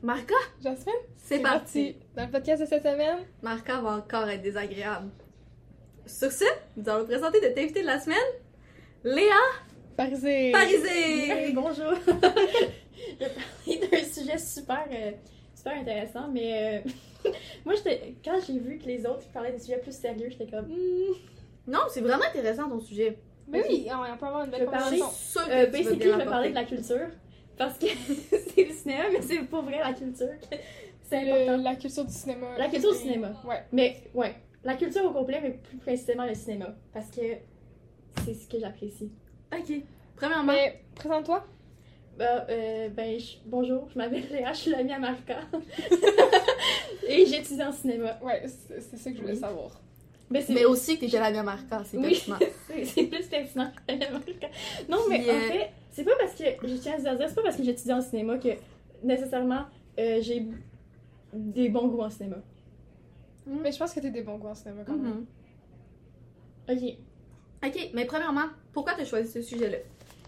Marca, Jasmine, c'est parti. Dans le podcast de cette semaine, Marca va encore être désagréable. Sur ce, nous allons présenter notre invité de la semaine, Léa Parisé. Parisé. Hey, bonjour! je vais parler d'un sujet super, euh, super intéressant, mais euh, moi, j'étais- quand j'ai vu que les autres parlaient des sujets plus sérieux, j'étais comme. hmm. Non, c'est vraiment intéressant ton sujet. Mais oui, on on peut avoir une Je belle vais parler- Je conversation. suis sûre que Euh, tu vas basically, bien je vais l'apporter. parler de la culture, parce que c'est le cinéma, mais c'est pour vrai la culture. C'est important. Le- la culture du cinéma. La culture du cinéma. Ouais. Mais, ouais, la culture au complet, mais plus précisément le cinéma, parce que c'est ce que j'apprécie. Ok. Premièrement, Mais présente-toi. Bah, euh, ben, je- bonjour, je m'appelle Léa, je suis l'amie à Marca. Et j'étudie en cinéma. Ouais, c'est c'est ça que je voulais Oui. savoir. Mais c'est mais aussi que t'étais la bien Marca, c'est Oui. pertinent. C'est- c'est plus pertinent. que le Marca. non, mais Puis, en euh, fait, c'est pas parce que je tiens à vous dire, c'est pas parce que j'étudie en cinéma que nécessairement euh, j'ai des bons goûts en cinéma. Mais je pense que t'es des bons goûts en cinéma quand même. Mhm. Ok, Ok, mais premièrement, pourquoi t'as choisi ce sujet-là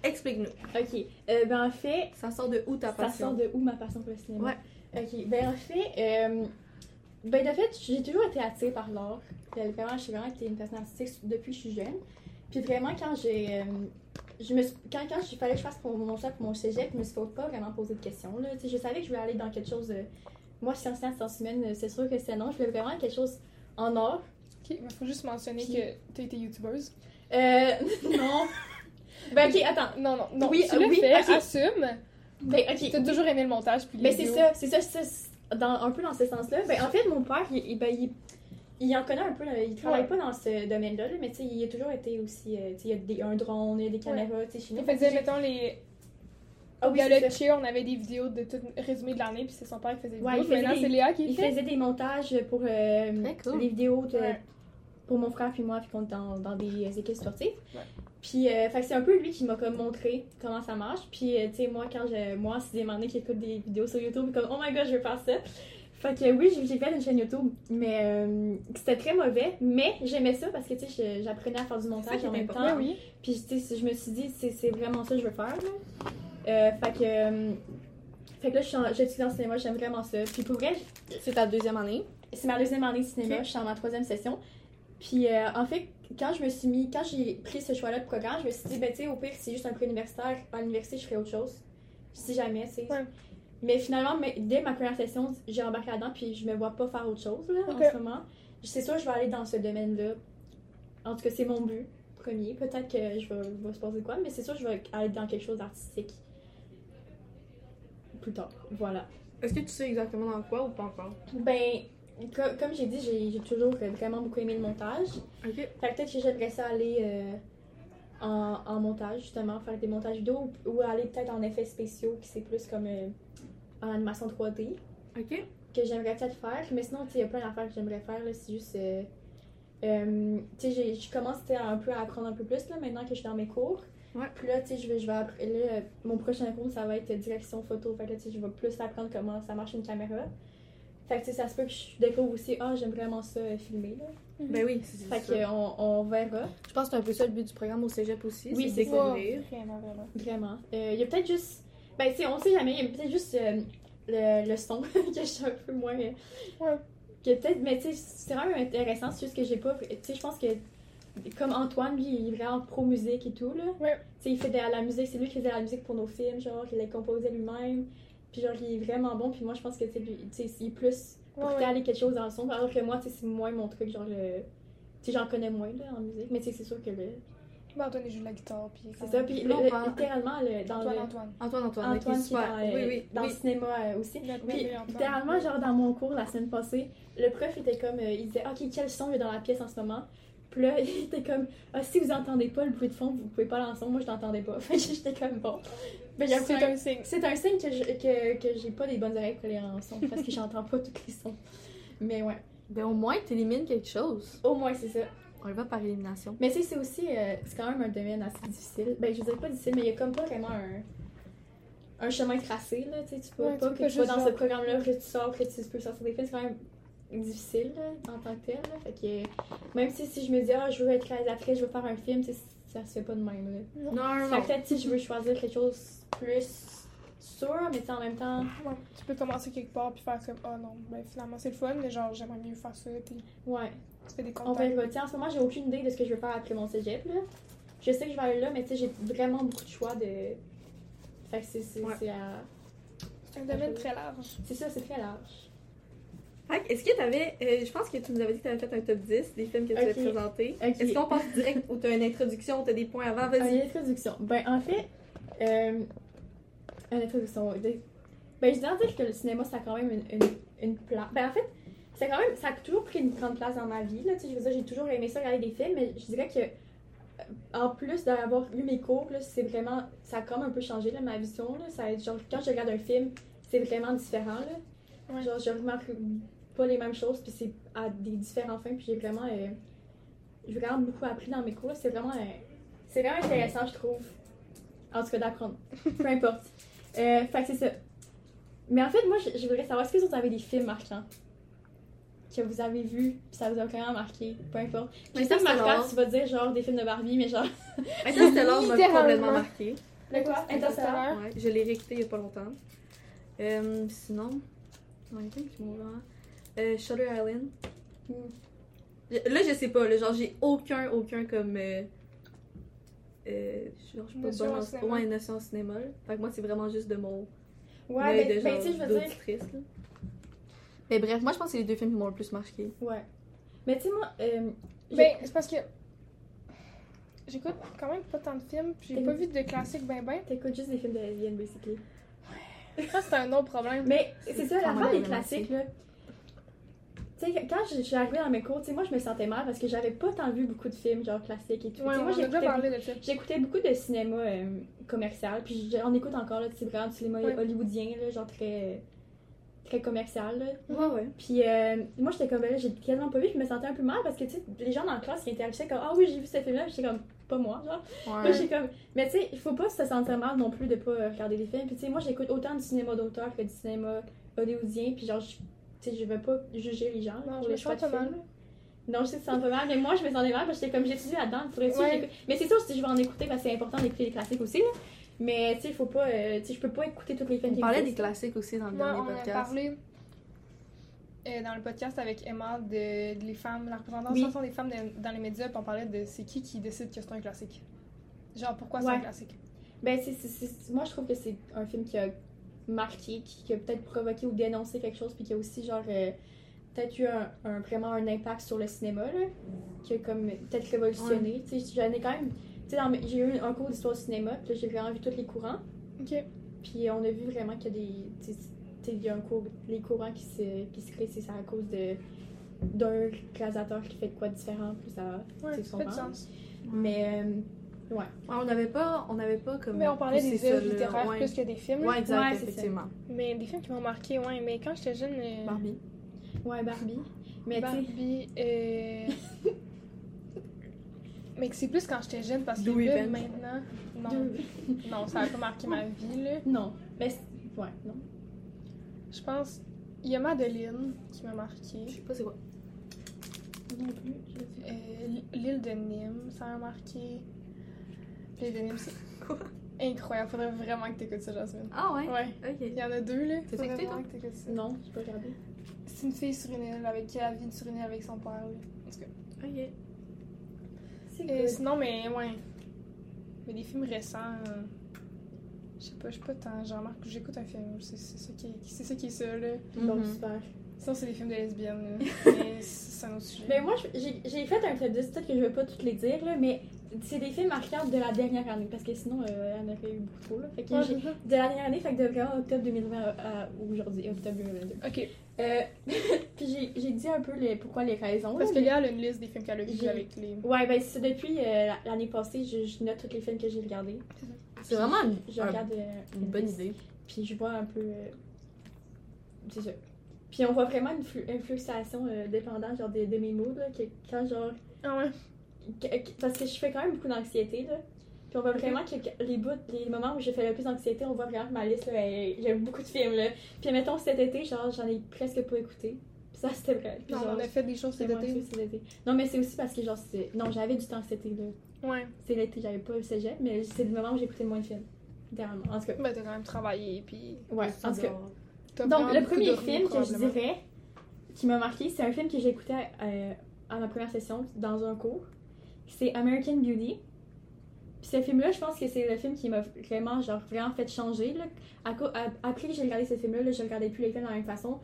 Explique-nous. ok. Euh, ben en fait, Ça sort de où ta ça sort passion de où ma passion pour le cinéma Ok, ben en fait, euh, ben de fait, j'ai toujours été attirée par l'art. Euh, Vraiment, j'ai vraiment été une personne artistique depuis que je suis jeune. Puis vraiment, quand j'ai. euh, je me suis- quand, quand il fallait que je fasse pour mon choix pour mon cégep, je me suis pas vraiment posé de questions. Là. Tu sais, Je savais que je voulais aller dans quelque chose. euh, moi, sciences sciences, sciences humaines, euh, c'est sûr que c'est non. Je voulais vraiment quelque chose en or. Ok, mais faut juste mentionner Puis- que t'as été youtubeuse. Euh, non. ben, ok, attends. Non, non, non. Oui, tu euh, l'as oui, fait, ok. assume. Ben, ok. T'as toujours aimé le montage. Puis les Mais c'est vidéos. ça, c'est ça, c'est ça, dans, un peu dans ce sens-là. Ben, en fait, mon père, il, il- ben, il, il en connaît un peu, là, il travaille Ouais. pas dans ce domaine-là, là, mais tu sais, il a toujours été aussi, euh, tu sais, il y a des, un drone, il y a des caméras, tu sais, chez nous. On faisait, mettons, les. Ah Au oui, gala c'est de cheer, on avait des vidéos de tout résumé de l'année, puis c'est son père qui faisait les Ouais, vidéos. il puis Maintenant, faisait c'est des- Léa qui il fait. faisait des montages pour euh, Très cool. les vidéos de- Ouais. pour mon frère puis moi, puis qu'on est dans, dans des euh, équipes sportives. Ouais. Puis, euh, fait que c'est un peu lui qui m'a comme montré comment ça marche. Puis, euh, tu sais, moi, quand je, moi, en sixième année, qui écoute des vidéos sur YouTube, comme, oh my god, je veux faire ça. Fait que oui, j'ai j'ai fait une chaîne YouTube, mais euh, c'était très mauvais. Mais j'aimais ça parce que, tu sais, je- j'apprenais à faire du ça montage qui en est même important. temps. oui. Puis tu sais, je me suis dit, c'est c'est vraiment ça que je veux faire. Là. Euh, fait que. euh, fait que là, je suis en- j'étudie en cinéma, j'aime vraiment ça. Puis pour vrai, je- C'est ta deuxième année. c'est ma deuxième année de cinéma, Ok. je suis en ma troisième session. Puis euh, en fait, quand je me suis mis, quand j'ai pris ce choix-là de programme, je me suis dit, ben tu sais, au pire, c'est juste un prix universitaire. À l'université, je ferai autre chose. Si jamais, tu sais. Ouais. Mais finalement, mais- dès ma première session, j'ai embarqué là-dedans, puis je me vois pas faire autre chose là, Ok. en ce moment. C'est sûr, je vais aller dans ce domaine-là. En tout cas, c'est mon but premier. Peut-être que je vais, va se passer de quoi, mais c'est sûr, je vais aller dans quelque chose d'artistique plus tard. Voilà. Est-ce que tu sais exactement dans quoi ou pas encore Ben, co- comme j'ai dit, j'ai j'ai toujours euh, vraiment beaucoup aimé le montage. Ok. Fait que peut-être que j'aimerais ça aller euh, en, en montage, justement, faire des montages vidéo ou, ou aller peut-être en effets spéciaux, qui c'est plus comme euh, en animation 3D, Ok. que j'aimerais peut-être faire. Mais sinon, tu sais, il y a plein d'affaires que j'aimerais faire, là, c'est juste. euh, euh, tu sais, j'ai- je commence tu sais, un peu à apprendre un peu plus, là, maintenant que je suis dans mes cours. Ouais. Puis là, tu sais, je vais, je vais appre- là, euh, mon prochain cours, ça va être direction photo. Fait que là, tu sais, je vais plus apprendre comment ça marche une caméra. Fait que, tu sais, ça se peut que je découvre aussi, ah, j'aime vraiment ça, euh, filmer, là. Mhm. Ben oui, c'est Fait c'est que, ça. euh, on- on verra. Je pense que c'est un peu ça le but du programme au cégep aussi. Oui, c'est de c'est ça. découvrir. Vraiment, vraiment. Vraiment. Euh, Il y a peut-être juste. Ben, tu sais, on sait jamais, il y a peut-être juste euh, le, le son que je suis un peu moins. euh, Ouais. Que peut-être, mais tu sais, c'est vraiment intéressant, c'est juste que j'ai pas. Tu sais, je pense que. Comme Antoine, lui, il est vraiment pro musique et tout, là. Ouais. Tu sais, il fait de la musique, c'est lui qui faisait la musique pour nos films, genre, il les composait lui-même. Puis, genre, il est vraiment bon, puis moi, je pense que, tu sais, lui- tu sais, il est plus pour Ouais, ouais. aller quelque chose dans le son, alors que moi, tu sais, c'est moins mon truc, genre, le- tu sais, j'en connais moins, là, en musique. Mais, tu sais, c'est sûr que le. Ben, Antoine, il joue de la guitare, puis. C'est ça, puis Là, on le- parle- littéralement, le- dans Antoine, le. Antoine. Antoine, Antoine, ok, Antoine qui est super. dans, euh, oui, oui, dans le oui. cinéma euh, aussi. Notre Puis, merveilleux Antoine. littéralement, genre dans mon cours la semaine passée, le prof était comme, euh, il disait, ok, quel son est dans la pièce en ce moment? Puis là, il était comme, ah, si vous entendez pas le bruit de fond, vous pouvez pas l'ensemble, moi je l'entendais pas. Fait que j'étais comme, bon. Ben, il y a C'est un- un signe. C'est un signe que je- que, que j'ai pas des bonnes oreilles pour les sons, parce que j'entends pas tous les sons. Mais ouais, Ben au moins, t'élimines quelque chose. au moins c'est ça. On le va par élimination. Mais tu sais, c'est aussi, euh, c'est quand même un domaine assez difficile. Ben, je dirais pas difficile, mais il y a comme pas vraiment un, un chemin tracé, là, tu sais, tu peux Ouais, pas tu que peux tu vas juste dans ce genre- programme-là, que tu sors, que tu peux sortir des films, c'est quand même difficile, là, en tant que tel, là. Fait que, même si, si je me dis, ah, je veux être réalisatrice, je veux faire un film, tu sais, ça se fait pas de même, là. Non, non, Fait non. que peut-être si je veux choisir quelque chose plus sûre, mais tu sais, en même temps. Ouais, tu peux commencer quelque part puis faire comme, ah non, ben finalement c'est le fun, mais genre j'aimerais mieux faire ça, puis Ouais. tu fais des On contacts. verra. Tu sais, en ce moment, j'ai aucune idée de ce que je veux faire après mon cégep, là. Je sais que je vais aller là, mais tu sais, j'ai vraiment beaucoup de choix de. Fait que c'est c'est- Ouais. c'est à- C'est un domaine très large. c'est ça, c'est très large. Fait que, est-ce que t'avais. euh, je pense que tu nous avais dit que t'avais fait un top 10 des films que tu Ok. voulais présenter. Ok. Est-ce qu'on passe direct ou t'as une introduction ou t'as des points avant? Ah, il y Vas-y. a une introduction. Ben, en fait, euh, une introduction. de- Ben, je dirais en fait que le cinéma, ça a quand même une, une, une place. Ben, en fait, ça a, quand même, ça a toujours pris une grande place dans ma vie. Là, tu sais, je veux dire, j'ai toujours aimé ça, regarder des films, mais je dirais que, euh, en plus d'avoir eu mes cours, là, c'est vraiment. Ça a comme un peu changé là, ma vision. Là. Ça, a- genre, quand je regarde un film, c'est vraiment différent. Là. Ouais. Genre, je remarque pas les mêmes choses, puis c'est à des différents fins, puis j'ai vraiment. euh, j'ai vraiment beaucoup appris dans mes cours. C'est vraiment. euh, c'est vraiment intéressant, je trouve. En tout cas, d'apprendre. Peu importe. Euh, fait que c'est ça. Mais en fait, moi, je, je voudrais savoir, est-ce que vous avez des films marquants que vous avez vus, puis ça vous a vraiment marqué, peu importe. Mais Mais ça, ça, c'est marquant, drôle. tu vas dire genre des films de Barbie, mais genre. Interstellar m'a Littéralement. complètement marqué. Le quoi? Interstellar? Interstellar. Ouais, je l'ai réécouté il y a pas longtemps. Euh, sinon, dans les films qui m'ont vraiment. Euh, Shutter Island. Mm. Je- Hmm. Là, je sais pas, là, genre, j'ai aucun, aucun comme. Euh, euh, genre, je suis Notion pas au bonne en cinéma. ouais, notion au cinéma. là. Fait que moi, c'est vraiment juste de mon. Ouais, œil ben, de ben, genre tu sais, je veux dire. d'auditrice, là. Mais bref, moi, je pense que c'est les deux films qui m'ont le plus marqué. Ouais. Mais tu sais, moi. Euh, j'ai- Ben, c'est parce que j'écoute quand même pas tant de films, puis j'ai pas vu de classiques ben ben. T'écoutes juste des films de lesbiennes, basically. Ça, c'est un autre problème. Mais C'est c'est ça, la quand même fin des vraiment classiques, là. Tu sais, quand je je suis arrivée dans mes cours, tu sais, moi, je me sentais mal parce que j'avais pas tant vu beaucoup de films, genre classiques et tout. Tu Ouais, sais, moi, moi, j'ai déjà j'écoutais beaucoup- parlé de ça. j'écoutais beaucoup de cinéma euh, commercial, puis j- on écoute encore, là, tu sais, vraiment du cinéma Ouais. hollywoodien, là, genre très, très commercial, là. Ouais, ouais. Puis euh, moi, j'étais comme, ben là, j'ai tellement pas vu, je me sentais un peu mal parce que, tu sais, les gens dans la classe qui interagissaient comme, ah oui, j'ai vu ce film-là, puis j'étais comme, pas moi, genre. Moi, j'ai comme. Mais tu sais, il faut pas se sentir mal non plus de pas euh, regarder des films. Puis tu sais, moi, j'écoute autant du cinéma d'auteur que du cinéma hollywoodien. Puis genre, je- tu sais, je veux pas juger les gens Non, là, pour je le me choix de sens pas film. Non, je sais que tu sens pas mal, mais moi, je me sentais mal parce que j'étais comme, j'étudie là-dedans. Pour être sûre, Ouais. j'écoute- Mais c'est sûr, si je vais en écouter parce que c'est important d'écouter les classiques aussi. Là. Mais tu sais, il faut pas. euh, tu sais, je peux pas écouter tous les films On qui parlait des existent. classiques aussi dans le Moi, dernier on a podcast. parlé euh, dans le podcast avec Emma de, de les femmes, la Oui. représentation des femmes de- dans les médias, puis on parlait de c'est qui qui décide que c'est un classique. Genre, pourquoi c'est Ouais. un classique? Ben, c'est- c'est- c'est- moi, je trouve que c'est un film qui a marqué, qui, qui a peut-être provoqué ou dénoncé quelque chose, puis qui a aussi, genre, euh, peut-être eu un, un- vraiment un impact sur le cinéma, là, qui a comme peut-être révolutionné. Tu sais, j'en ai quand même. Tu sais, dans mes- j'ai eu un cours d'histoire du cinéma, puis là, j'ai vraiment vu tous les courants, Ok. puis on a vu vraiment qu'il y a des. tu sais, tu sais, il y a un cours, les courants qui se, qui se créent, c'est ça à cause de d'un réalisateur qui fait de quoi de différent, puis ça. Ouais, C'est ça fait du son sens. Mais. euh, ouais. Ouais, on n'avait pas, on n'avait pas comme. Mais on parlait poussé des ça, œuvres là. littéraires ouais. plus que des films. Ouais, exact, Ouais, c'est ça. effectivement. Mais des films qui m'ont marqué, ouais. Mais quand j'étais jeune, euh, Barbie. Ouais, Barbie. Mais, tu sais. Barbie. euh, mais que c'est plus quand j'étais jeune parce que Louis là, Vuitton. maintenant. Non, non, ça a pas marqué ma vie, là. Non. Mais, c'est- ouais, non. Je pense. Il y a Madeline qui m'a marqué. Je sais pas c'est quoi. Non plus, je sais pas. Euh, L'île de Nîmes, ça m'a marqué. L'île de Nîmes, c'est Quoi? incroyable. Faudrait vraiment que t'écoutes ça, Jasmine. Ah ouais? Ouais. Ok. Il y en a deux, là. T'as Faudrait écouté, vraiment que t'écoutes ça. Non, j'ai pas regardé. C'est une fille sur une île avec qui elle vit sur une île avec son père, là. En tout cas. Ok. C'est Euh, sinon, mais ouais. Mais des films récents. euh, Je sais pas, je suis pas tant. J'en remarque que j'écoute un film. C'est c'est ça qui est, c'est ça, qui est ça, là. Bon, Mhm. super. Sinon, c'est des films de lesbiennes, là. Mais c'est un autre sujet. Mais moi, je- j'ai j'ai fait un top 10, peut-être que je vais pas toutes les dire, là, mais c'est des films marquants de la dernière année, parce que sinon, euh, on aurait eu beaucoup trop, là. Fait que Ouais, j'ai- c'est ça. de la dernière année, fait que de vraiment octobre 2020 euh, à, à aujourd'hui, octobre 2022. Ok, Euh, puis j'ai- j'ai dit un peu les, pourquoi les raisons. parce que là, Léa elle a une liste des films qu'elle a vus J'ai- avec les. mais- Ouais, ben c'est depuis euh, la- l'année passée, je, je note tous les films que j'ai regardés. C'est vraiment une, Je un- regarde euh, Ah, une bonne idée. Puis je vois un peu. euh, c'est ça. Puis on voit vraiment une, flu- une fluctuation euh, dépendant genre de, de mes moods, là, que quand genre. Ah ouais. que- que- parce que je fais quand même beaucoup d'anxiété, là. Puis on voit vraiment que que les bouts, les moments où j'ai fait le plus d'anxiété, on voit vraiment que ma liste, là, elle- j'ai beaucoup de films, là. Puis mettons cet été, genre, j'en ai presque pas écouté. Puis ça, c'était vrai. Puis Non, genre, on a fait des choses c'est cet moins été. ça, c'est l'été. Non, mais c'est aussi parce que, genre, c'est- non, j'avais du temps cet été, là. Ouais. C'est l'été, j'avais pas le cégep, mais c'est le moment où j'ai écouté le moins de films. Damn. En tout cas. Ben, t'as quand même travaillé, puis. Ouais, en tout cas. t'as Donc, vraiment le beaucoup premier dormi, film que je probablement. dirais qui m'a marqué, c'est un film que j'écoutais euh, à ma première session dans un cours. C'est American Beauty. Puis ce film-là, je pense que c'est le film qui m'a vraiment, genre, vraiment fait changer. là. À co- à- après que j'ai regardé ce film-là, là, je regardais plus les films de la même façon.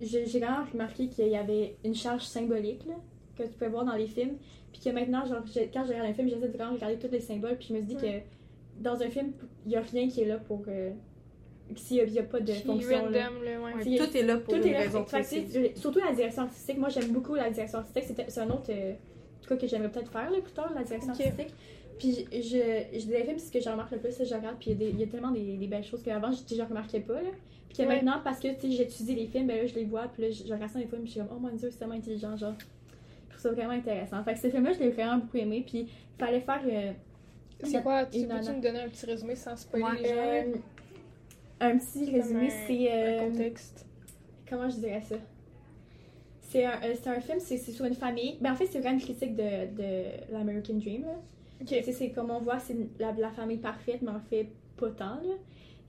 J'ai j'ai vraiment remarqué qu'il y avait une charge symbolique là, que tu pouvais voir dans les films. Puis que maintenant, genre, je- quand je regarde un film, j'essaie de vraiment regarder tous les symboles. Puis je me dis Ouais. que dans un film, il n'y a rien qui est là pour. euh, S'il n'y a, pas de Puis fonction. là. random, là, ouais. Ouais, c'est- tout est là pour Tout une est là. raison Fait que, tu précise. sais, surtout la direction artistique. Moi, j'aime beaucoup la direction artistique. C'était- C'est un autre euh, truc que j'aimerais peut-être faire là, plus tard, la direction Ok. artistique. Puis, je, je, je des films, c'est ce que je remarque le plus, c'est que je regarde, puis il y a des- il y, a tellement des, des belles choses qu'avant, je ne remarquais pas. Là. Puis que Ouais. maintenant, parce que tu sais, j'étudie les films, ben là, je les vois, puis là, je, je regarde ça des fois, puis je suis comme, oh mon dieu, c'est tellement intelligent, genre. Je trouve ça vraiment intéressant. Fait que ce film-là, je l'ai vraiment beaucoup aimé, puis il fallait faire. euh, C'est quoi, tu Une peux-tu nana. me donner un petit résumé sans spoiler Ouais. les gens? là? euh, un petit résumé, un- c'est. Un euh, contexte. comment je dirais ça? C'est un, euh, c'est un film, c'est c'est sur une famille. Ben, en fait, c'est vraiment une critique de, de l'American Dream. là. Ok. Tu sais, C'est comme on voit, c'est la, la famille parfaite, mais en fait, pas tant. là.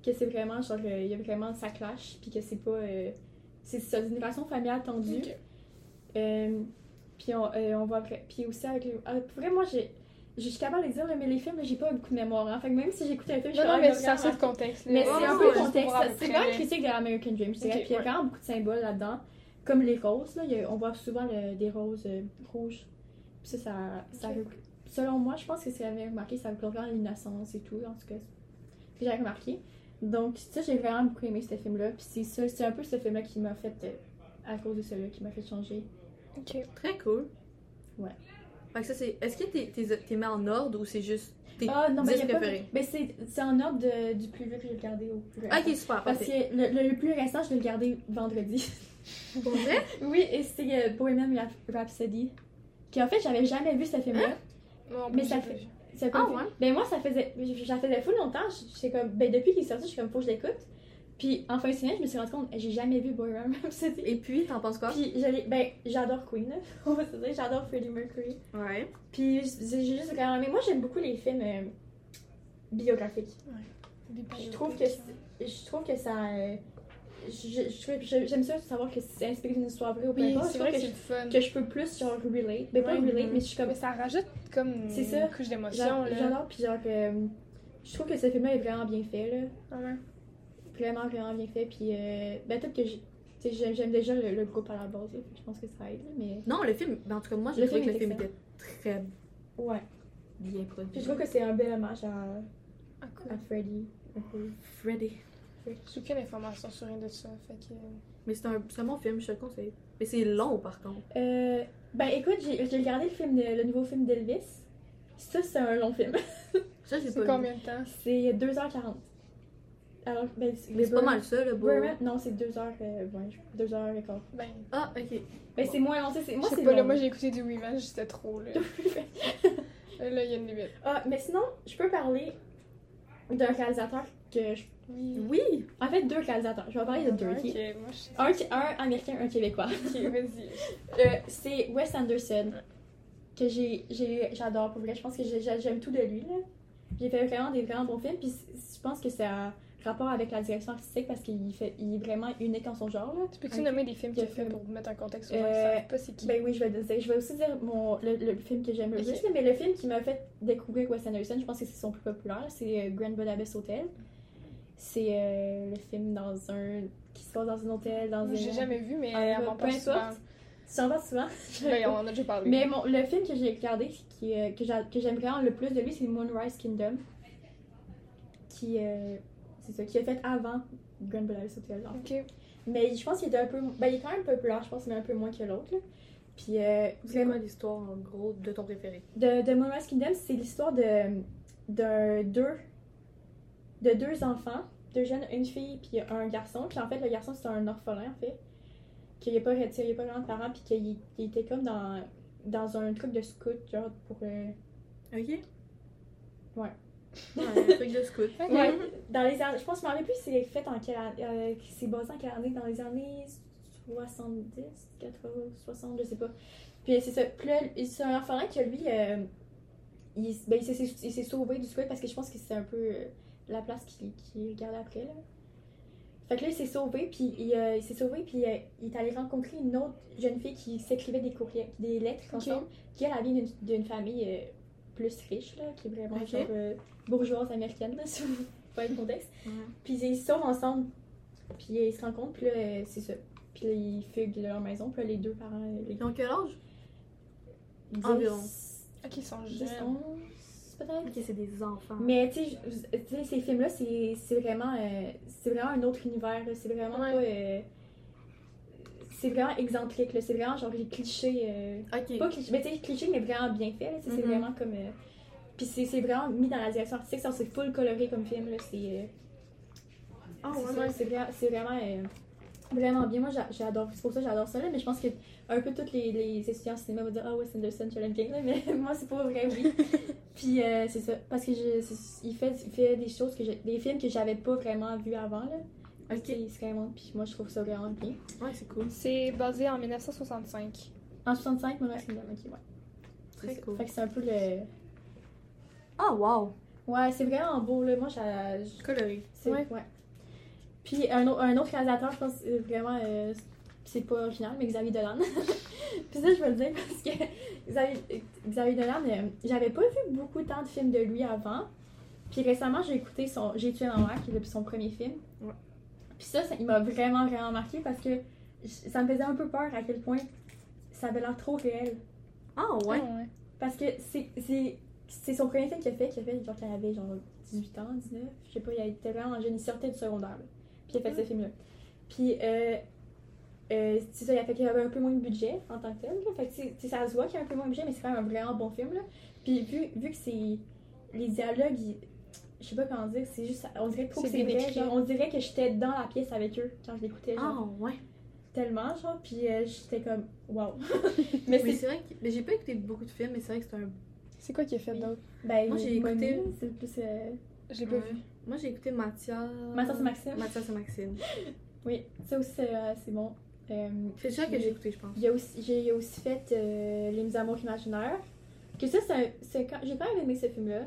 Que c'est vraiment, genre, euh, il y a vraiment, ça clash, puis que c'est pas. euh, c'est ça, une relation familiale tendue. Ok. Euh, puis on, euh, on voit. vra- Puis aussi avec. les- ah, pour vrai, moi, j'ai. Je suis capable de le dire, là, mais les films, là, j'ai pas beaucoup de mémoire. hein. Fait que même si j'écoute un film, je Non, suis non, ah, mais il c'est m'a ça, vraiment c'est le contexte. là. mais Ouais, c'est un ouais, peu ouais, le juste contexte. pour voir C'est après, vraiment une là. critique de l'American Dream, je dirais. Ok, Puis il y a ouais. vraiment beaucoup de symboles là-dedans. Comme les roses, là, il y a- on voit souvent le- des roses euh, rouges. Puis ça, ça, ça Ok. rec- selon moi, je pense que ce que j'avais remarqué, ça représente l'innocence et tout, en tout cas. c'est ce que j'avais remarqué. Donc, ça, j'ai vraiment beaucoup aimé ce film-là. Puis c'est ça, c'est un peu ce film-là qui m'a fait, euh, à cause de celui-là, qui m'a fait changer. Ok. Très cool. Ouais. Fait que ça, c'est. Est-ce que t'es- t'es t'es mis en ordre ou c'est juste tes Ah non, mais dix il y a pas... préférés? Mais c'est c'est en ordre de- du plus vieux que j'ai regardé au plus récent. Ok, super, Parce parfait. que le, le- le plus récent, je l'ai regardé vendredi. Pour vrai? Oui, et c'est euh, Bohemian Rhap- Rhapsody. Qui en fait, j'avais jamais vu ce Hein? film-là. Bon, Mais bon, ça j'ai fait- pas- Ça Ah fait- ouais? Ben moi, ça faisait. J'en faisais fou longtemps. J'étais comme. Ben depuis qu'il est sorti, je suis comme, faut que je l'écoute. Puis en fin de semaine, je me suis rendu compte, j'ai jamais vu Bohemian Rhapsody. Et puis, t'en penses quoi? Puis je l'ai- Ben, j'adore Queen, là. on va se dire, j'adore Freddie Mercury. Ouais. Puis j'ai j'ai juste vraiment. Mais moi, j'aime beaucoup les films euh, biographiques. Je trouve que c'est- je trouve que ça. euh, je- je trouve- je- J'aime ça savoir que c'est inspiré d'une histoire vraie ou pas. Oui, Je c'est trouve vrai que que c'est le fun. que je peux plus genre relate mais pas Ouais, relate mhm. mais je suis comme Mais ça rajoute comme C'est ça. une couche d'émotion. j'a- là. j'adore puis genre euh, je trouve que ce film là est vraiment bien fait là Ah ouais. vraiment vraiment bien fait puis euh, ben peut-être que je- tu sais, j'aime j'aime déjà le, le groupe à la base là, fait que je pense que ça aide là, mais Non, le film, ben, en tout cas, moi, j'ai Le trouvé que film le film est était très ouais bien puis produit. je trouve que c'est un bel hommage à, Ah, cool. à Freddy un peu. Freddy. J'ai aucune information sur rien de ça. Fait que... euh, Mais c'est un, c'est un bon film, je te le conseille. Mais c'est long, par contre. euh, ben écoute j'ai j'ai regardé le film de- le nouveau film d'Elvis ça c'est un long film Ça, j'ai C'est pas vu. combien de temps? c'est 2h40 alors ben Mais c'est pas mal ça, le beau. non c'est euh, 2h20 2h15 Ben, Ah, ok. Ben, c'est moins long, tu sais, c'est moi, je c'est sais pas, là, long. moi j'ai écouté du Revenge, c'était trop. Là, là il y a une limite. Ah, mais sinon, je peux parler d'un réalisateur que je... Mm. Oui. Oui! En fait, deux réalisateurs. Je vais parler de deux, ok? Ok, moi je suis. Un, qui- un américain, un québécois. Ok, vas-y. Euh, c'est Wes Anderson, que j'ai, j'ai- j'adore pour vrai. Je pense que j'ai- j'ai- j'aime tout de lui, là. J'ai fait vraiment des vraiment bons films, puis c- je pense que c'est un rapport avec la direction artistique parce qu'il fait, il est vraiment unique en son genre, là. Tu peux-tu Ok. nommer des films qu'il a Quel fait film? pour mettre un contexte aux gens qui Euh, savent pas c'est qui? Ben oui, je vais le dire. Je vais aussi dire mon, le, le film que j'aime le Ok. plus, là, mais le film qui m'a fait découvrir Wes Anderson, je pense que c'est son plus populaire, c'est euh, Grand Budapest Hotel. C'est euh, le film dans un qui se passe dans un hôtel, dans un. J'ai jamais vu, mais Ah, elle bah, m'en peu parle souvent. importe. Tu en parles souvent. Ben, on en a déjà parlé. mais mon- le film que j'ai regardé, qui, euh, que j'a- que j'aime vraiment le plus de lui, c'est Moonrise Kingdom, qui euh, c'est ça, qui est fait avant Grand Budapest Hotel. en fait. Ok. Mais je pense qu'il était un peu, ben il est quand même populaire, je pense, mais un peu moins que l'autre. là. Puis euh, C'est quoi l'histoire, en gros, de ton préféré? de, de Moonrise Kingdom, c'est l'histoire de, de deux de deux enfants, deux jeunes, une fille puis un garçon. Puis en fait, le garçon c'est un orphelin en fait, qu'il n'y a pas tu sais, il y a pas vraiment de parents puis qu'il il était comme dans dans un truc de scout genre pour euh, Ok. Ouais. Ouais, un truc de scout. Ok. ouais, dans les années, je pense je me rappelle plus c'est fait en quelle année, euh, c'est basé en quelle année dans les années 70, 80, 60, je sais pas. Puis c'est ça, puis là, c'est un orphelin que lui euh, il, s- ben, il s'est- il s'est sauvé du squid parce que je pense que c'est un peu euh, la place qui, qui regarde après, là. Fait que là, il s'est sauvé, puis il, euh, il s'est sauvé, puis euh, il est allé rencontrer une autre jeune fille qui s'écrivait des courriels, des lettres ensemble, qui elle, elle vient d'une- d'une famille euh, plus riche, là, qui est vraiment Ok. genre euh, bourgeoise américaine, là, si vous voyez le contexte. Ouais. Puis ils se sauvent ensemble, puis ils se rencontrent, puis là, euh, c'est ça. Puis là, ils fuguent de leur maison, puis là, les deux parents, euh, les Ils ont quel âge? dix- Environ. Ok, ils sont dix, jeunes. onze, peut-être. Ok, c'est des enfants. Mais tu sais, je- tu sais, ces films-là, c'est c'est vraiment, euh, c'est vraiment un autre univers. là. C'est vraiment Ouais. pas. euh, c'est vraiment excentrique. là. C'est vraiment genre les clichés. euh, Ok. pas clichés, mais tu sais, clichés, mais vraiment bien fait. là. Tu sais, C'est Mhm. vraiment comme. euh, Puis c'est c'est vraiment mis dans la direction artistique. ça, C'est full coloré comme film. là. C'est euh, Ah c'est ouais, ça, ouais. c'est vra- c'est vraiment. euh, Vraiment bien, moi j'a- j'adore, c'est pour ça que j'adore ça, là, mais je pense que un peu tous les, les étudiants en cinéma vont dire Ah ouais, Sanderson, Shonen King, là, mais moi c'est pas vrai, oui. Puis euh, c'est ça, parce que je, c'est- il, fait, il fait des choses que j'ai- des films que j'avais pas vraiment vus avant, là. Ok. C'est c'est vraiment, puis moi je trouve ça vraiment bien. Ouais, c'est cool. C'est basé en 1965. En 65, moi, c'est ok, ouais. C'est Très ça. cool. Fait que c'est un peu le. Ah wow! Ouais, c'est vraiment beau, là. Moi, j'a- j'- Coloré. C'est- Ouais. Ouais. Puis un, au- un autre réalisateur, je pense euh, vraiment, euh, c'est pas original, mais Xavier Dolan. Puis ça, je vais le dire parce que Xavier, Xavier Dolan, euh, j'avais pas vu beaucoup tant de films de lui avant. Puis récemment, j'ai écouté son J'ai tué ma mère, qui est le- son premier film. Ouais. Puis ça, ça- il m'a vraiment, vraiment marqué parce que j- ça me faisait un peu peur à quel point ça avait l'air trop réel. Ah ouais? Ah ouais. Parce que c'est- c'est c'est son premier film qu'il a fait, qu'il a fait genre quand il avait genre 18 ans, 19, je sais pas, il était vraiment jeune, il sortait du secondaire. là. Puis il a Ah. fait ce film-là. Puis, euh, euh, c'est ça, il a fait qu'il y avait un peu moins de budget en tant que tel. là. Fait que c'est- c'est- ça se voit qu'il y a un peu moins de budget, mais c'est quand même un vraiment bon film. Là. Puis vu, vu que c'est. Les dialogues, ils- je sais pas comment dire, c'est juste. On dirait trop que C'est c'est bien vrai. écrit. genre, on dirait que j'étais dans la pièce avec eux quand je l'écoutais. Ah genre, ouais. Tellement, genre. Puis euh, j'étais comme, wow. Mais mais c'est. c'est vrai que mais j'ai pas écouté beaucoup de films, mais c'est vrai que c'est un. C'est quoi qu'il a fait Oui. d'autre Ben, Moi, j'ai écouté- Mommy, C'est le plus. euh, Je l'ai pas Ouais. vu. Moi j'ai écouté Mathias. Mathias et Maxime. Mathias et Maxime. Oui, ça aussi, c'est euh, c'est bon. Euh, C'est ça que puis, j'ai écouté, je pense. Il y a aussi, j'ai aussi fait euh, Les Mes Amours Imaginaires. Que ça, c'est un- c'est quand- j'ai quand même aimé ce film-là.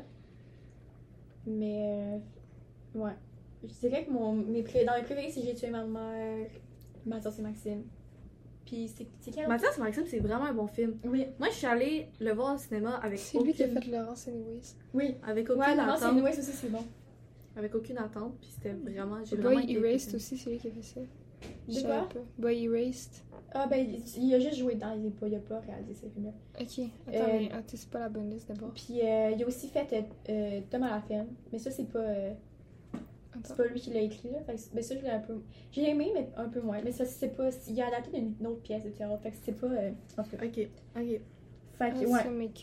Mais, euh, ouais. Je dirais que mon, mes pré- dans mes préférés, c'est J'ai tué ma mère, ma soeur, c'est Maxime. Puis, c'est c'est quel autre- Mathias et Maxime, c'est vraiment un bon film. Oui, Moi, je suis allée le voir au cinéma avec C'est aucune, lui qui a fait Laurence et Louise. oui. avec aucune Ouais, non, c'est attente, Noé, ça aussi, c'est bon. avec aucune attente, puis c'était vraiment, j'ai vraiment Boy été Erased aussi, c'est lui qui a fait ça. Je De savais quoi? pas. Boy Erased. Ah, ben, il, il a juste joué dedans, il n'a pas, il a pas réalisé ce film-là. Ok, attends, Euh, mais attends, c'est pas la bonne liste d'abord. Puis, euh, il a aussi fait euh, euh, Tom à la ferme. Mais ça, c'est pas. euh, Attends. C'est pas lui qui l'a écrit, là. Fait que, mais ça, je l'ai un peu. J'ai aimé, mais un peu moins. Mais ça, c'est pas. Il a adapté d'une autre pièce de théâtre. Fait que c'est pas. euh, en tout cas. Ok, ok. Fait Ah, que, ouais. ça, mais que.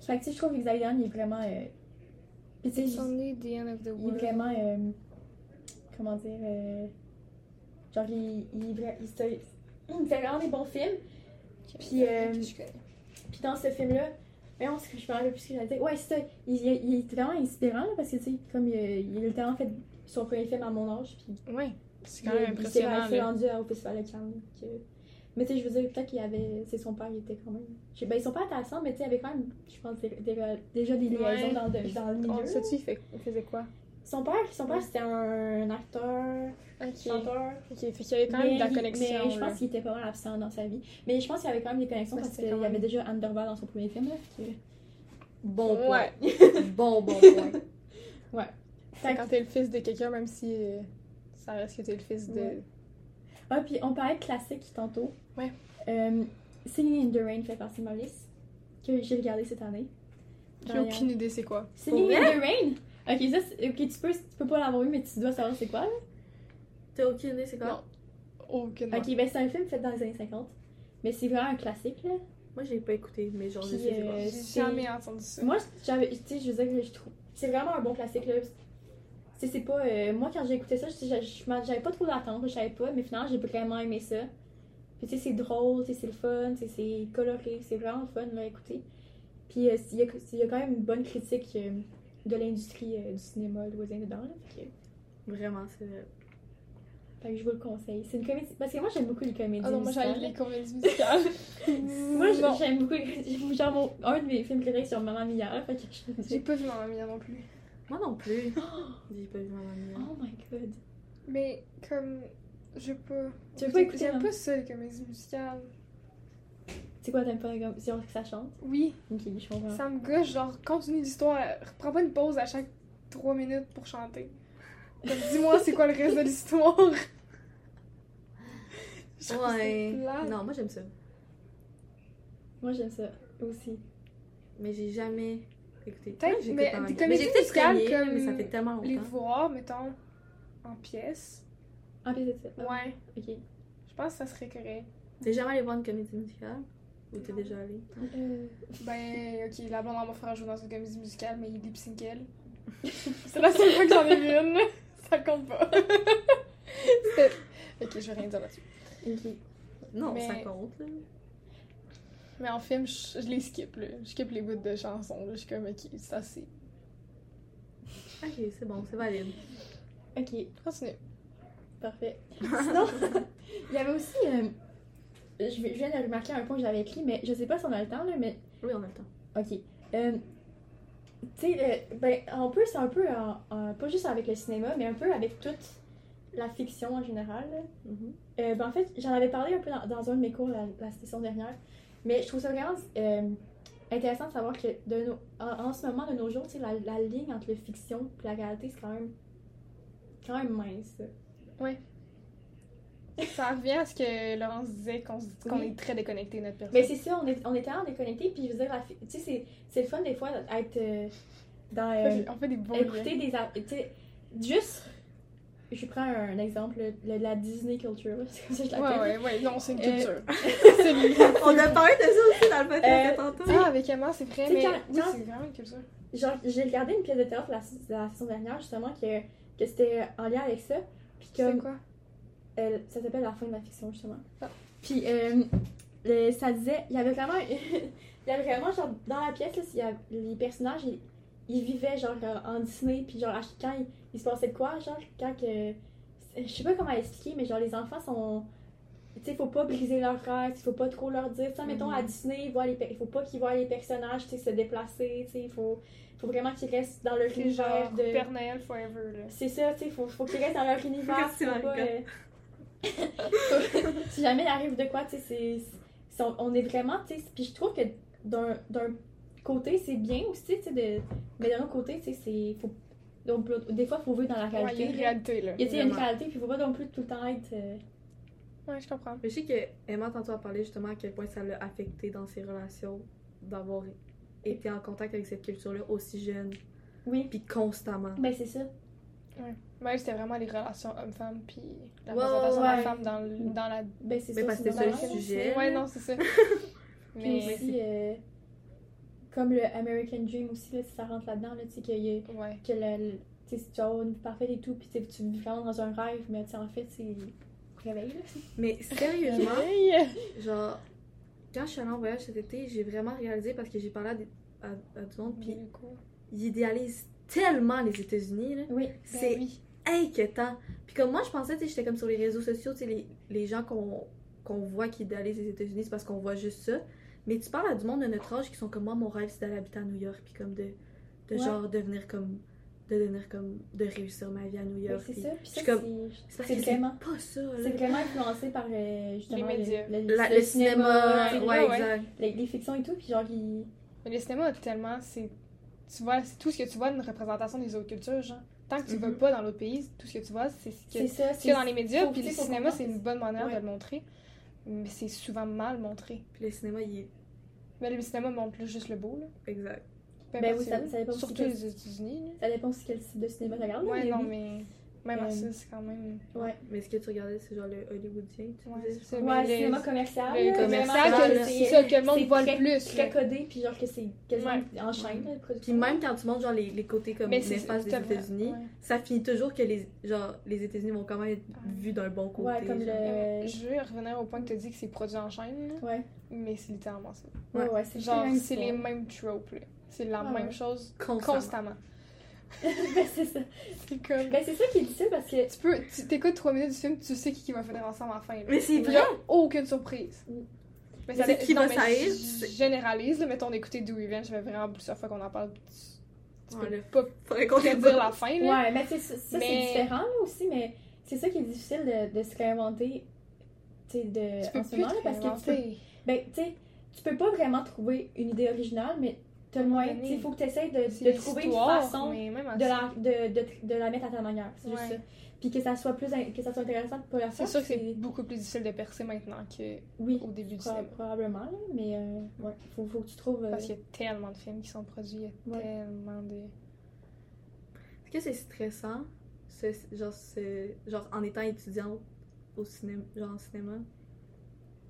Fait que, tu sais, je trouve que Xavier Dolan, il est vraiment. euh, Puis, tu sais, It's only the end of the il est world. vraiment. euh, Comment dire. euh, Genre, il. Il, est vra- il se- il fait vraiment des bons films. Puis, euh, Ok, je connais. Puis dans ce film-là, mais on se je me rappelle plus ce que j'allais dire. Ouais, c'est ça. Il, il, il est vraiment inspirant, là, parce que, tu sais, comme il, a- il a littéralement fait son premier film à mon âge. Puis Ouais, c'est Il quand même il impressionnant. s'est- Il s'est là. rendu au festival de Cannes. donc, euh, Mais tu sais, je veux dire, peut-être qu'il y avait. C'est son père, il était quand même. Je sais- ben, ils sont pas intéressants, mais tu sais, il y avait quand même, je pense, des- des- déjà des liaisons Ouais. dans, le- dans le milieu. On sait-tu, il fait- il faisait quoi Son père, son père c'était un acteur, Ok. chanteur. Ok, fait qu'il y avait quand même de la Mais il- connexion. Mais je là. pense qu'il était pas mal absent dans sa vie. Mais je pense qu'il y avait quand même des connexions Ouais, parce c'est qu'il quand y même- avait déjà Underval dans son premier film. Là, qui- Bon Ouais. point. bon, bon point. Fait que quand t'es le fils de quelqu'un, même si euh, ça reste que t'es le fils de. Ouais. Ah, puis on parlait de classique tantôt. Ouais. Euh, Singing in the Rain fait partie de ma liste que j'ai regardé cette année. J'ai Genre, aucune idée c'est quoi. Singing Pour in the Rain? Ok, ça, c'est- ok, tu peux, tu peux pas l'avoir vu, mais tu dois savoir c'est quoi, là. T'as aucune idée, c'est quoi? Non. Aucune. Ok, ben c'est un film fait dans les années 50. Mais c'est vraiment un classique, là. Moi, j'ai pas écouté, mais genre, je Puis, sais c'est euh, quoi. J'ai c'est- jamais entendu ça. Moi, j'avais, tu sais, je veux dire que je trouve. C'est vraiment un bon classique, là. Tu sais, c'est pas. euh, moi, quand j'ai écouté ça, je- je- je m'en- j'avais pas trop d'attente, je savais pas, mais finalement, j'ai vraiment aimé ça. Puis, tu sais, c'est drôle, tu sais, c'est le fun, tu sais, c'est coloré, c'est vraiment le fun, là, écouter. Puis, euh, il y, a- il y a quand même une bonne critique euh, de l'industrie euh, du cinéma loisien dedans, là. Fait que- Vraiment, c'est vrai. Fait que je vous le conseille. C'est une comédie. Parce que moi, j'aime beaucoup les comédies. Ah non, moi j'aime musicales. les comédies musicales. Moi, j'- non. j'aime beaucoup. les- Genre, mon- un de mes films préférés, c'est sur Maman Mia. Fait que je- J'ai pas vu Maman Mia non plus. Moi non plus. J'ai pas vu hein. Mamma Mia. Ah, Oh my god. Mais comme. Je peux. Tu veux pas écouter, J'aime hein? pas ça, les comédies musicales. C'est quoi, t'aimes pas la composition que ça chante? Oui, Ok, je comprends. ça me gâche, genre, continue l'histoire. Reprends pas une pause à chaque 3 minutes pour chanter. Comme, dis-moi, c'est quoi le reste de l'histoire? Je trouve ça Ouais. plate. Non, moi j'aime ça. Moi, j'aime ça aussi. Mais j'ai jamais écouté. Peut-être, Ouais, j'écoute mais Mamma des Mia. comédies j'ai peut-être musicales traîné, là, comme mais ça fait tellement Les longtemps. voir, mettons, en pièces. Ah, puis c'est ça. Ouais. Ok. Je pense que ça serait correct. T'es jamais allé voir une comédie musicale Ou t'es déjà allé Euh, Ben, ok, la blonde à mon frère joue dans une comédie musicale, mais il lip elle. C'est la seule fois que j'en ai vu une. Ça compte pas. C'est- ok, je vais rien dire là-dessus. ok. Non, Mais- ça compte là. Mais en film, je, je les skip, là. Je skip les bouts de chansons, là. Je suis comme, ok, ça c'est. Ok, c'est bon, c'est valide. Ok, Continue. parfait. Sinon, il y avait aussi. euh, je, vais- je viens de remarquer un point que j'avais écrit, mais je sais pas si on a le temps, là, mais Oui, on a le temps. Ok. Euh, tu sais, le- ben, on peut, c'est un peu, en- en- pas juste avec le cinéma, mais un peu avec toute la fiction en général. là. Mhm. Euh, ben, en fait, j'en avais parlé un peu dans, dans un de mes cours la, la session dernière, mais je trouve ça vraiment euh, intéressant de savoir que de nos- en, en ce moment, de nos jours, tu sais, la, la ligne entre le fiction et la réalité, c'est quand même, quand même mince. Ça revient à ce que Laurence disait, qu'on se- qu'on Oui. est très déconnecté, notre personne. Mais c'est ça, on est, on est tellement déconnecté, puis je veux dire, la fi- tu sais, c'est- c'est le fun des fois d'être euh, dans. On euh, fait- on fait des bons liens. écouter des ar- tu sais, juste je prends un exemple le- la Disney culture là, c'est comme ça que je Ouais, l'appelle ouais, ouais. Non, c'est une Euh, culture. C'est une culture. On a parlé de ça aussi dans le podcast Euh, de tantôt. Ah, avec Emma, c'est vrai, Tu sais, mais. quand- Oui, quand- c'est vraiment une culture. genre j'ai regardé une pièce de théâtre la, la saison dernière justement que, que c'était en lien avec ça puis C'est comme quoi? euh, ça s'appelle la fin de la fiction justement Ah. puis euh, le- ça disait il y avait vraiment il y avait vraiment genre dans la pièce là, il y a- les personnages ils, ils vivaient genre euh, en Disney puis genre à chaque- quand il, il se passait de quoi genre quand que je sais pas comment expliquer mais genre les enfants sont tu sais faut pas briser leurs rêves il faut pas trop leur dire ça mettons Mhm. à Disney ils voient les pe- il faut pas qu'ils voient les personnages tu sais se déplacer tu sais il faut faut vraiment qu'ils restent dans leur C'est univers genre de Père Noël Forever, là. c'est ça, tu sais, faut, faut qu'ils restent dans leur univers. Merci, faut pas, Marika. euh, faut- si jamais il arrive de quoi, tu sais, c'est- c'est- on, on est vraiment, tu sais, puis je trouve que d'un d'un côté, c'est bien aussi, tu sais, de- mais d'un autre côté, tu sais, c'est... faut- donc, l'autre- Des fois, faut vivre dans la Ouais, il y a réalité. une là. réalité, là. il y a tu sais, une Vraiment. réalité, puis faut pas non plus tout le temps être... euh, Ouais, je comprends. Mais je sais que Emma tantôt a parlé justement à quel point ça l'a affecté dans ses relations d'avoir été en contact avec cette culture-là aussi jeune, Oui, puis constamment. ben c'est ça. Mais elle, c'était vraiment les relations homme-femme, puis la Ouais, représentation de ouais. la femme dans, le- dans la. Ben c'est Mais ça. parce que c'est c'est dans la ça le réalité. sujet. Ouais, non, c'est ça. Puis Mais. aussi, euh, comme le American Dream aussi, là, ça rentre là-dedans, là, tu sais, qu'il y a... Ouais. que le, le- tu sais, si tu as une vie parfaite et tout, puis tu sais, tu vis vraiment dans un rêve, mais tu sais, en fait, c'est réveil. là. Mais Hein? sérieusement, Hey! genre, quand je suis allée en voyage cet été, j'ai vraiment réalisé parce que j'ai parlé à, des- à- à du monde, puis Puis, du coup, ils idéalisent tellement les États-Unis, là. Oui. ben C'est oui. inquiétant. Puis comme moi, je pensais, tu sais, j'étais comme sur les réseaux sociaux, tu sais, les, les gens qu'on qu'on voit qui idéalisent les États-Unis, c'est parce qu'on voit juste ça. Mais tu parles à du monde de notre âge qui sont comme moi, mon rêve, c'est d'aller habiter à New York, puis comme de, de Ouais. genre devenir comme, de devenir comme, de réussir ma vie à New Oui, York. c'est puis- ça. Puis ça, suis c'est C'est parce c'est que vraiment- c'est pas ça, là. c'est vraiment influencé par euh, justement Les médias. Le, le- La- le cinéma, ouais, tu sais, ouais, ouais. exact. les, les fictions et tout, puis genre, il... Mais le cinéma, tellement. c'est Tu vois, c'est tout ce que tu vois, une représentation des autres cultures, genre. Tant que tu vas Mhm. pas dans l'autre pays, tout ce que tu vois, c'est ce que c'est ça. ce qu'il y a dans les médias, faut- puis le faut cinéma, comprendre c'est que une c'est- bonne manière de ouais. le montrer. Mais c'est souvent mal montré. Puis le cinéma, il est Mais le cinéma montre juste le beau, là. exact. Peu Ben importe oui, c'est ça- où. ça dépend aussi Surtout que- les États-Unis, Ça dépend aussi quel type de cinéma tu là. regardes. là, Ouais, mais non, oui. mais. Même à Euh, ça, c'est quand même. Ouais, Mais ce que tu regardais, c'est genre le hollywoodien, tu Ouais, disais, c'est je mais ouais le- cinéma commercial. Le là, commercial, ah, vraiment, que- là, c'est ça que le monde c'est voit le très- plus. très là. codé, puis genre que c'est quasiment en chaîne. là, le pense. produit. Puis même quand tu montres genre les, les côtés comme Mais c'est l'espace des t'as vrai- États-Unis, ouais. ça finit toujours que les, genre, les États-Unis vont quand même être Ah. vus d'un bon côté. Ouais, comme genre. le... Je veux revenir au point que tu dis que c'est produit en chaîne, là, Ouais, mais c'est littéralement ça. ouais, ouais, c'est Genre, le même c'est les film. mêmes tropes, là. C'est la Ouais, même ouais. chose Constamment. constamment. Ben, c'est ça. C'est comme. Ben, c'est ça qui est difficile parce que. Tu peux. Tu t'écoutes 3 minutes du film, tu sais qui qui va finir ensemble à la fin. là. Mais c'est Il y vrai! a aucune surprise. Mm. Mais C'est qui non, va mais saillir, je c'est- Généralise, là, mettons, d'écouter Do Revenge, ça fait vraiment plusieurs fois qu'on en parle. Tu Ouais, peux là. pas Faudrait qu'on te ait dire dit. la fin, là. Ouais, mais tu sais, ça, ça, c'est Mais- différent là, aussi, mais c'est ça qui est difficile de, de se réinventer tu sais, de, Tu peux en ce plus moment te là, parce que tu peux, réinventer. ben, tu sais, tu peux pas vraiment trouver une idée originale, mais t'as le moyen, il faut que tu essaies de, C'est de trouver une l'histoire, façon mais même en de la, de, de- de la mettre à ta manière, c'est juste Ouais. ça. Puis que ça soit plus in- que ça soit intéressant pour la C'est sûr que c'est beaucoup plus difficile de percer maintenant qu'au oui, début du pro- cinéma. probablement là, mais euh, ouais, faut, faut que tu trouves euh, Parce qu'il y a tellement de films qui sont produits, il y a Ouais. tellement de. Est-ce que c'est stressant, ce- genre, ce- genre, en étant étudiante au cinéma, genre en cinéma?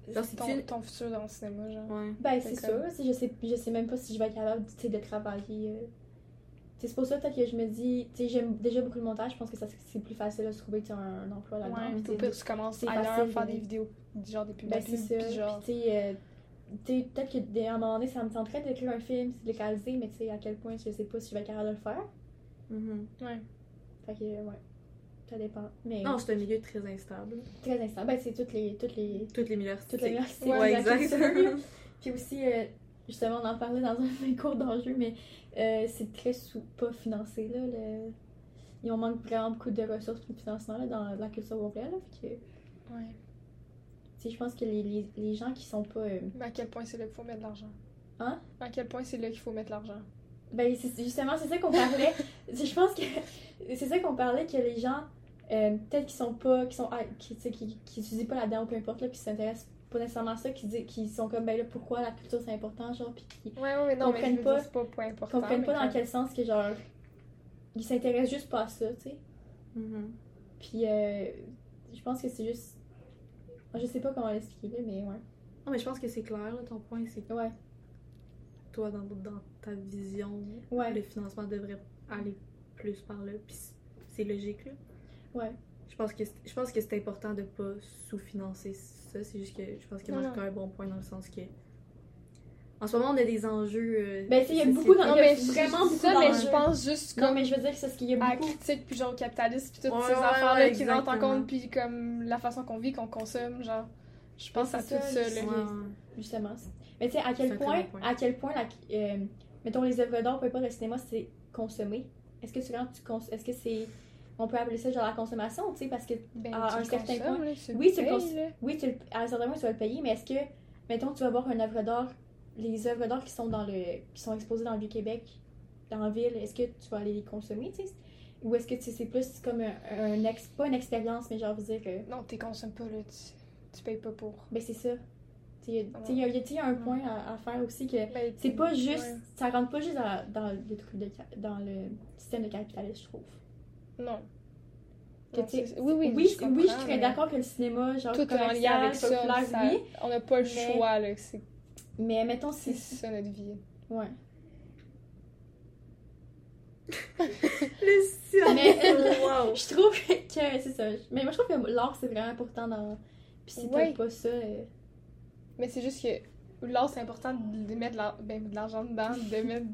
Genre, si ton, tu... ton futur dans le cinéma, genre. Ouais. Ben, Fait c'est comme- sûr. tu sais, Je sais, je sais même pas si je vais être capable tu sais, de travailler. euh. Tu sais, C'est pour ça peut-être que je me dis, tu sais, j'aime déjà beaucoup le montage, je pense que ça c'est plus facile de se trouver tu sais, un, un emploi là-dedans. Ouais, au puis tu pire, sais, tu commences c'est ailleurs, facile faire de- des vidéos, genre des pubs, ben, de c'est pub, ça. puis genre. Puis tu sais, euh, tu sais, peut-être que dès un moment donné, ça me tenterait d'écrire un film, de le réaliser, mais tu sais, à quel point je sais pas si je vais être capable de le faire. Mhm. Ouais. Fait que, euh, ouais, ça dépend. Mais Non, c'est un milieu très instable. très instant. Ben, c'est toutes les. Toutes les Toutes les milieux toutes les Ouais, ouais, exact. Puis aussi, euh, justement, on en parlait dans un de mes cours d'enjeu, mais euh, c'est très sous, pas financé. Là, le... Ils ont manque vraiment beaucoup de ressources pour le financement là, dans la culture au complet. Là, fait que, Ouais. tu sais, je pense que les, les, les gens qui sont pas. euh, Mais à quel point c'est là qu'il faut mettre de l'argent? Hein? À quel point c'est là qu'il faut mettre de l'argent? Ben, c'est- c'est justement, c'est ça qu'on parlait. C'est- je pense que c'est ça qu'on parlait, que les gens, euh, peut-être qui sont pas, qui sont, ah, qui, tu sais, qui, qui étudient pas là-dedans ou peu importe, là, qui s'intéressent pas nécessairement à ça, qui, disent- qui sont comme, ben là, pourquoi la culture c'est important, genre, puis qui Ouais, ouais, mais non, mais je Comprennent veux pas- dire, c'est pas, pas important. comprennent mais pas dans quand- quel sens que genre ils s'intéressent juste pas à ça, tu sais. Mhm. Puis euh, je pense que c'est juste je sais pas comment l'expliquer là, mais ouais. Non, mais je pense que c'est clair, là, ton point, c'est que Ouais. toi, dans, dans ta vision, Ouais. le financement devrait aller plus par là, puis c'est- c'est logique, là. Ouais. Je pense que c'est- je pense que c'est important de pas sous-financer ça, c'est juste que je pense que Non, Marc a un bon point dans le sens que... En ce moment, on a des enjeux... euh, Ben, tu sais, il y a sociétaux. beaucoup d'en- Non, Il y a mais je- vraiment beaucoup ça, mais je d'enjeux. pense juste Non, comme mais je veux dire que c'est ce qu'il y a à la beaucoup. critique, puis genre au capitalisme, puis toutes Ouais, ces ouais, affaires-là ouais, qui rentrent en exactement. compte, puis comme la façon qu'on vit, qu'on consomme, genre. Je pense à Ben, tout c'est ça, ça, là. Ouais, ouais. Justement. c'est- Mais tu sais à C'est un quel très point, bon point. à quel point la euh, mettons les œuvres d'art, peu importe le cinéma, c'est consommé. Est-ce que souvent tu cons- est-ce que c'est on peut appeler ça genre la consommation, tu sais parce que Ben, À tu un le certain consommes, point. là, tu Oui, le tu le payes, cons- là. Oui, tu le- à un certain moment, tu vas le payer, mais est-ce que, mettons, tu vas voir une œuvre d'art, les œuvres d'art qui sont dans le qui sont exposées dans le Vieux-Québec, dans la ville, est-ce que tu vas aller les consommer, tu sais? Ou est-ce que tu sais, c'est plus comme un, un ex- pas une expérience, mais genre, vous dire que, Non, t'es consommes pas, là. Tu, tu payes pas pour. ben c'est ça. Tu sais, il y a- tu sais, il y a- il y a un point à, à faire aussi que Ben, c'est pas ouais. juste, ça rentre pas juste dans, dans le truc de ca- dans le système de capitalisme, je trouve. Non. Que Non, tu sais, c'est- oui, oui, oui, je, comprends, oui, je serais mais d'accord que le cinéma, genre, Tout est en commercial, lien avec ça. populaire, ça- oui, On n'a pas le mais- choix, là. que C'est mais mettons, c'est si... ça notre vie. Ouais. Le silence! Mais- wow! Je trouve que c'est ça. Mais moi, je trouve que l'art, c'est vraiment important dans. Puis si t'as Ouais. pas ça. euh, Mais c'est juste que l'art, c'est important de mettre de l'ar- ben, de l'argent dedans, de mettre.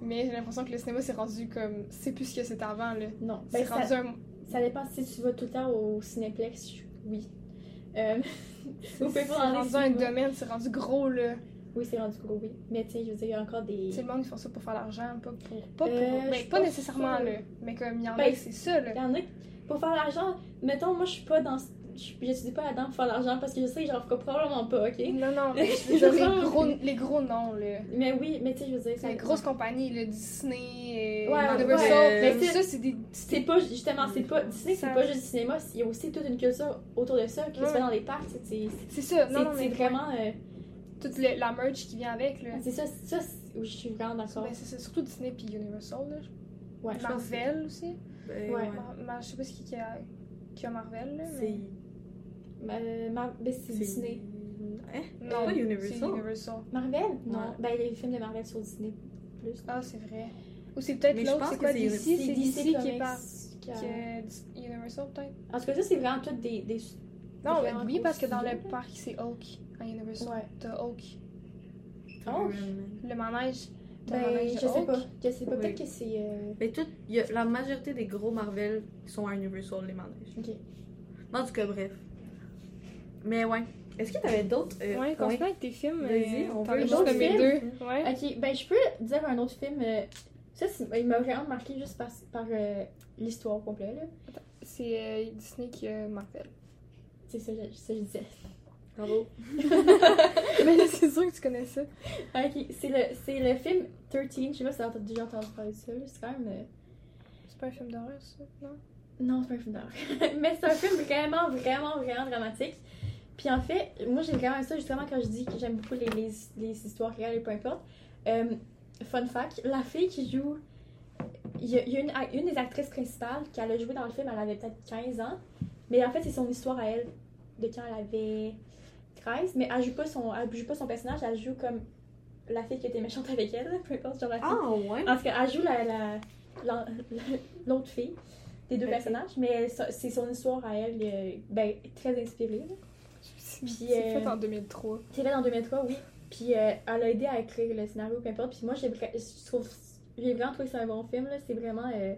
Mais j'ai l'impression que le cinéma, c'est rendu comme. C'est plus ce que c'était avant, là. Non. C'est Ben, rendu ça, un. ça dépend si tu vas tout le temps au Cinéplex, je- oui. Euh, Ou peu C'est importe dans les rendu un cinémas. domaine, c'est rendu gros, là. Oui, c'est rendu gros, oui. Mais tu sais, je veux dire, il y a encore des. Tu sais, le monde, ils font ça pour faire l'argent, pas pour. Pas, pour Euh, je ben, suis pas pas nécessairement, sûre. là. Mais comme il y en a, Ben, que c'est ça, Il y là. en a qui- pour faire l'argent. Mettons, moi, je suis pas dans. Je suis- j'étudie pas là-dedans pour faire l'argent parce que je sais que j'en ferai probablement pas, ok? Non, non, mais je veux dire, les gros, les gros noms, là. Mais oui, mais tu sais, je veux dire. C'est ça- les grosses compagnies, le Disney, euh, Ouais, Universal, ouais. tout Mais ça, c'est des. C'est pas justement, c'est pas Disney, c'est Ça- pas juste le cinéma, il y a aussi toute une culture autour de ça qui se Ouais. fait dans les parcs, c'est c'est- C'est ça, non, non, c'est mais vraiment euh, Toute le- la merch qui vient avec, là. Ah, C'est ça, c'est- ça c'est- oui, je suis vraiment d'accord. Ben, c'est ça, surtout Disney puis Universal, là. Ouais, pense Marvel aussi. Ben, Ouais. ouais. Mar- Mar- je sais pas ce qui, qui a, qui a Marvel, là. C'est... Mais... Euh, Mar- ben, c'est Disney. Oh. Hein? Non, pas c'est Universal. Universal. Marvel Non. Ouais. Ben, les films de Marvel sur Disney. Plus. Ah, c'est vrai. Ou c'est peut-être Mais je l'autre, pense c'est que quoi c'est DC Uni- C'est DC qui est par. qui a- qui est Dis- Universal, peut-être En tout cas, ça, c'est vraiment tout des. des... Non, mais vraiment oui, gros parce que dans le studio, là. parc, c'est Hulk. À Universal, Ouais. t'as Hulk. Oh. Le manège, t'as le Ben, manège je de sais Hulk. pas. Je sais pas. Oui. Peut-être que c'est. euh, Mais Ben, tout, y a- la majorité des gros Marvel sont à Universal, les manèges. Ok. En tout cas, bref. Mais ouais, Est-ce que t'avais d'autres euh, Ouais, points? continue avec tes films. Vas-y, euh, on t'en veut as juste d'autres nommé films. deux. Ouais. Ok, ben je peux dire un autre film. euh, Ça, c'est- il m'a vraiment marqué juste par, par euh, l'histoire complète. Là. C'est euh, Disney qui a Marvel. C'est ça que je, ça que je disais. Bravo. Mais c'est sûr que tu connais ça. Ok, c'est le, c'est le film 13. Je sais pas si t'as déjà entendu parler de ça. là, C'est quand même. euh, C'est pas un film d'horreur, ça, non? Non, c'est pas un film d'horreur. Mais c'est un film vraiment, vraiment, vraiment dramatique. Puis en fait, moi j'aime quand même ça, justement, quand je dis que j'aime beaucoup les, les, les histoires réelles et peu importe. Euh, fun fact, la fille qui joue. Il y a, il y a une, une des actrices principales qui elle a joué dans le film, elle avait peut-être 15 ans. Mais en fait, c'est son histoire à elle, de quand elle avait 13. Mais elle joue pas son, elle joue pas son personnage, elle joue comme la fille qui était méchante avec elle, peu importe, genre la fille. Ah, ouais. En tout cas, elle joue la, la- la- l'autre fille des deux Ok. personnages, mais ça- c'est son histoire à elle, euh, ben, très inspirée. là. C'est Puis, c'est euh, fait en 2003. C'est fait en 2003, oui. Puis euh, elle a aidé à écrire le scénario, peu importe. Puis moi, j'ai, vra- je trouve, j'ai vraiment trouvé que c'est un bon film. là. C'est vraiment, euh,